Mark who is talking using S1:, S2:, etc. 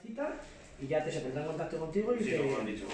S1: visita y ya te se pondrá en contacto contigo y
S2: Sí,
S1: te,
S2: lo han dicho.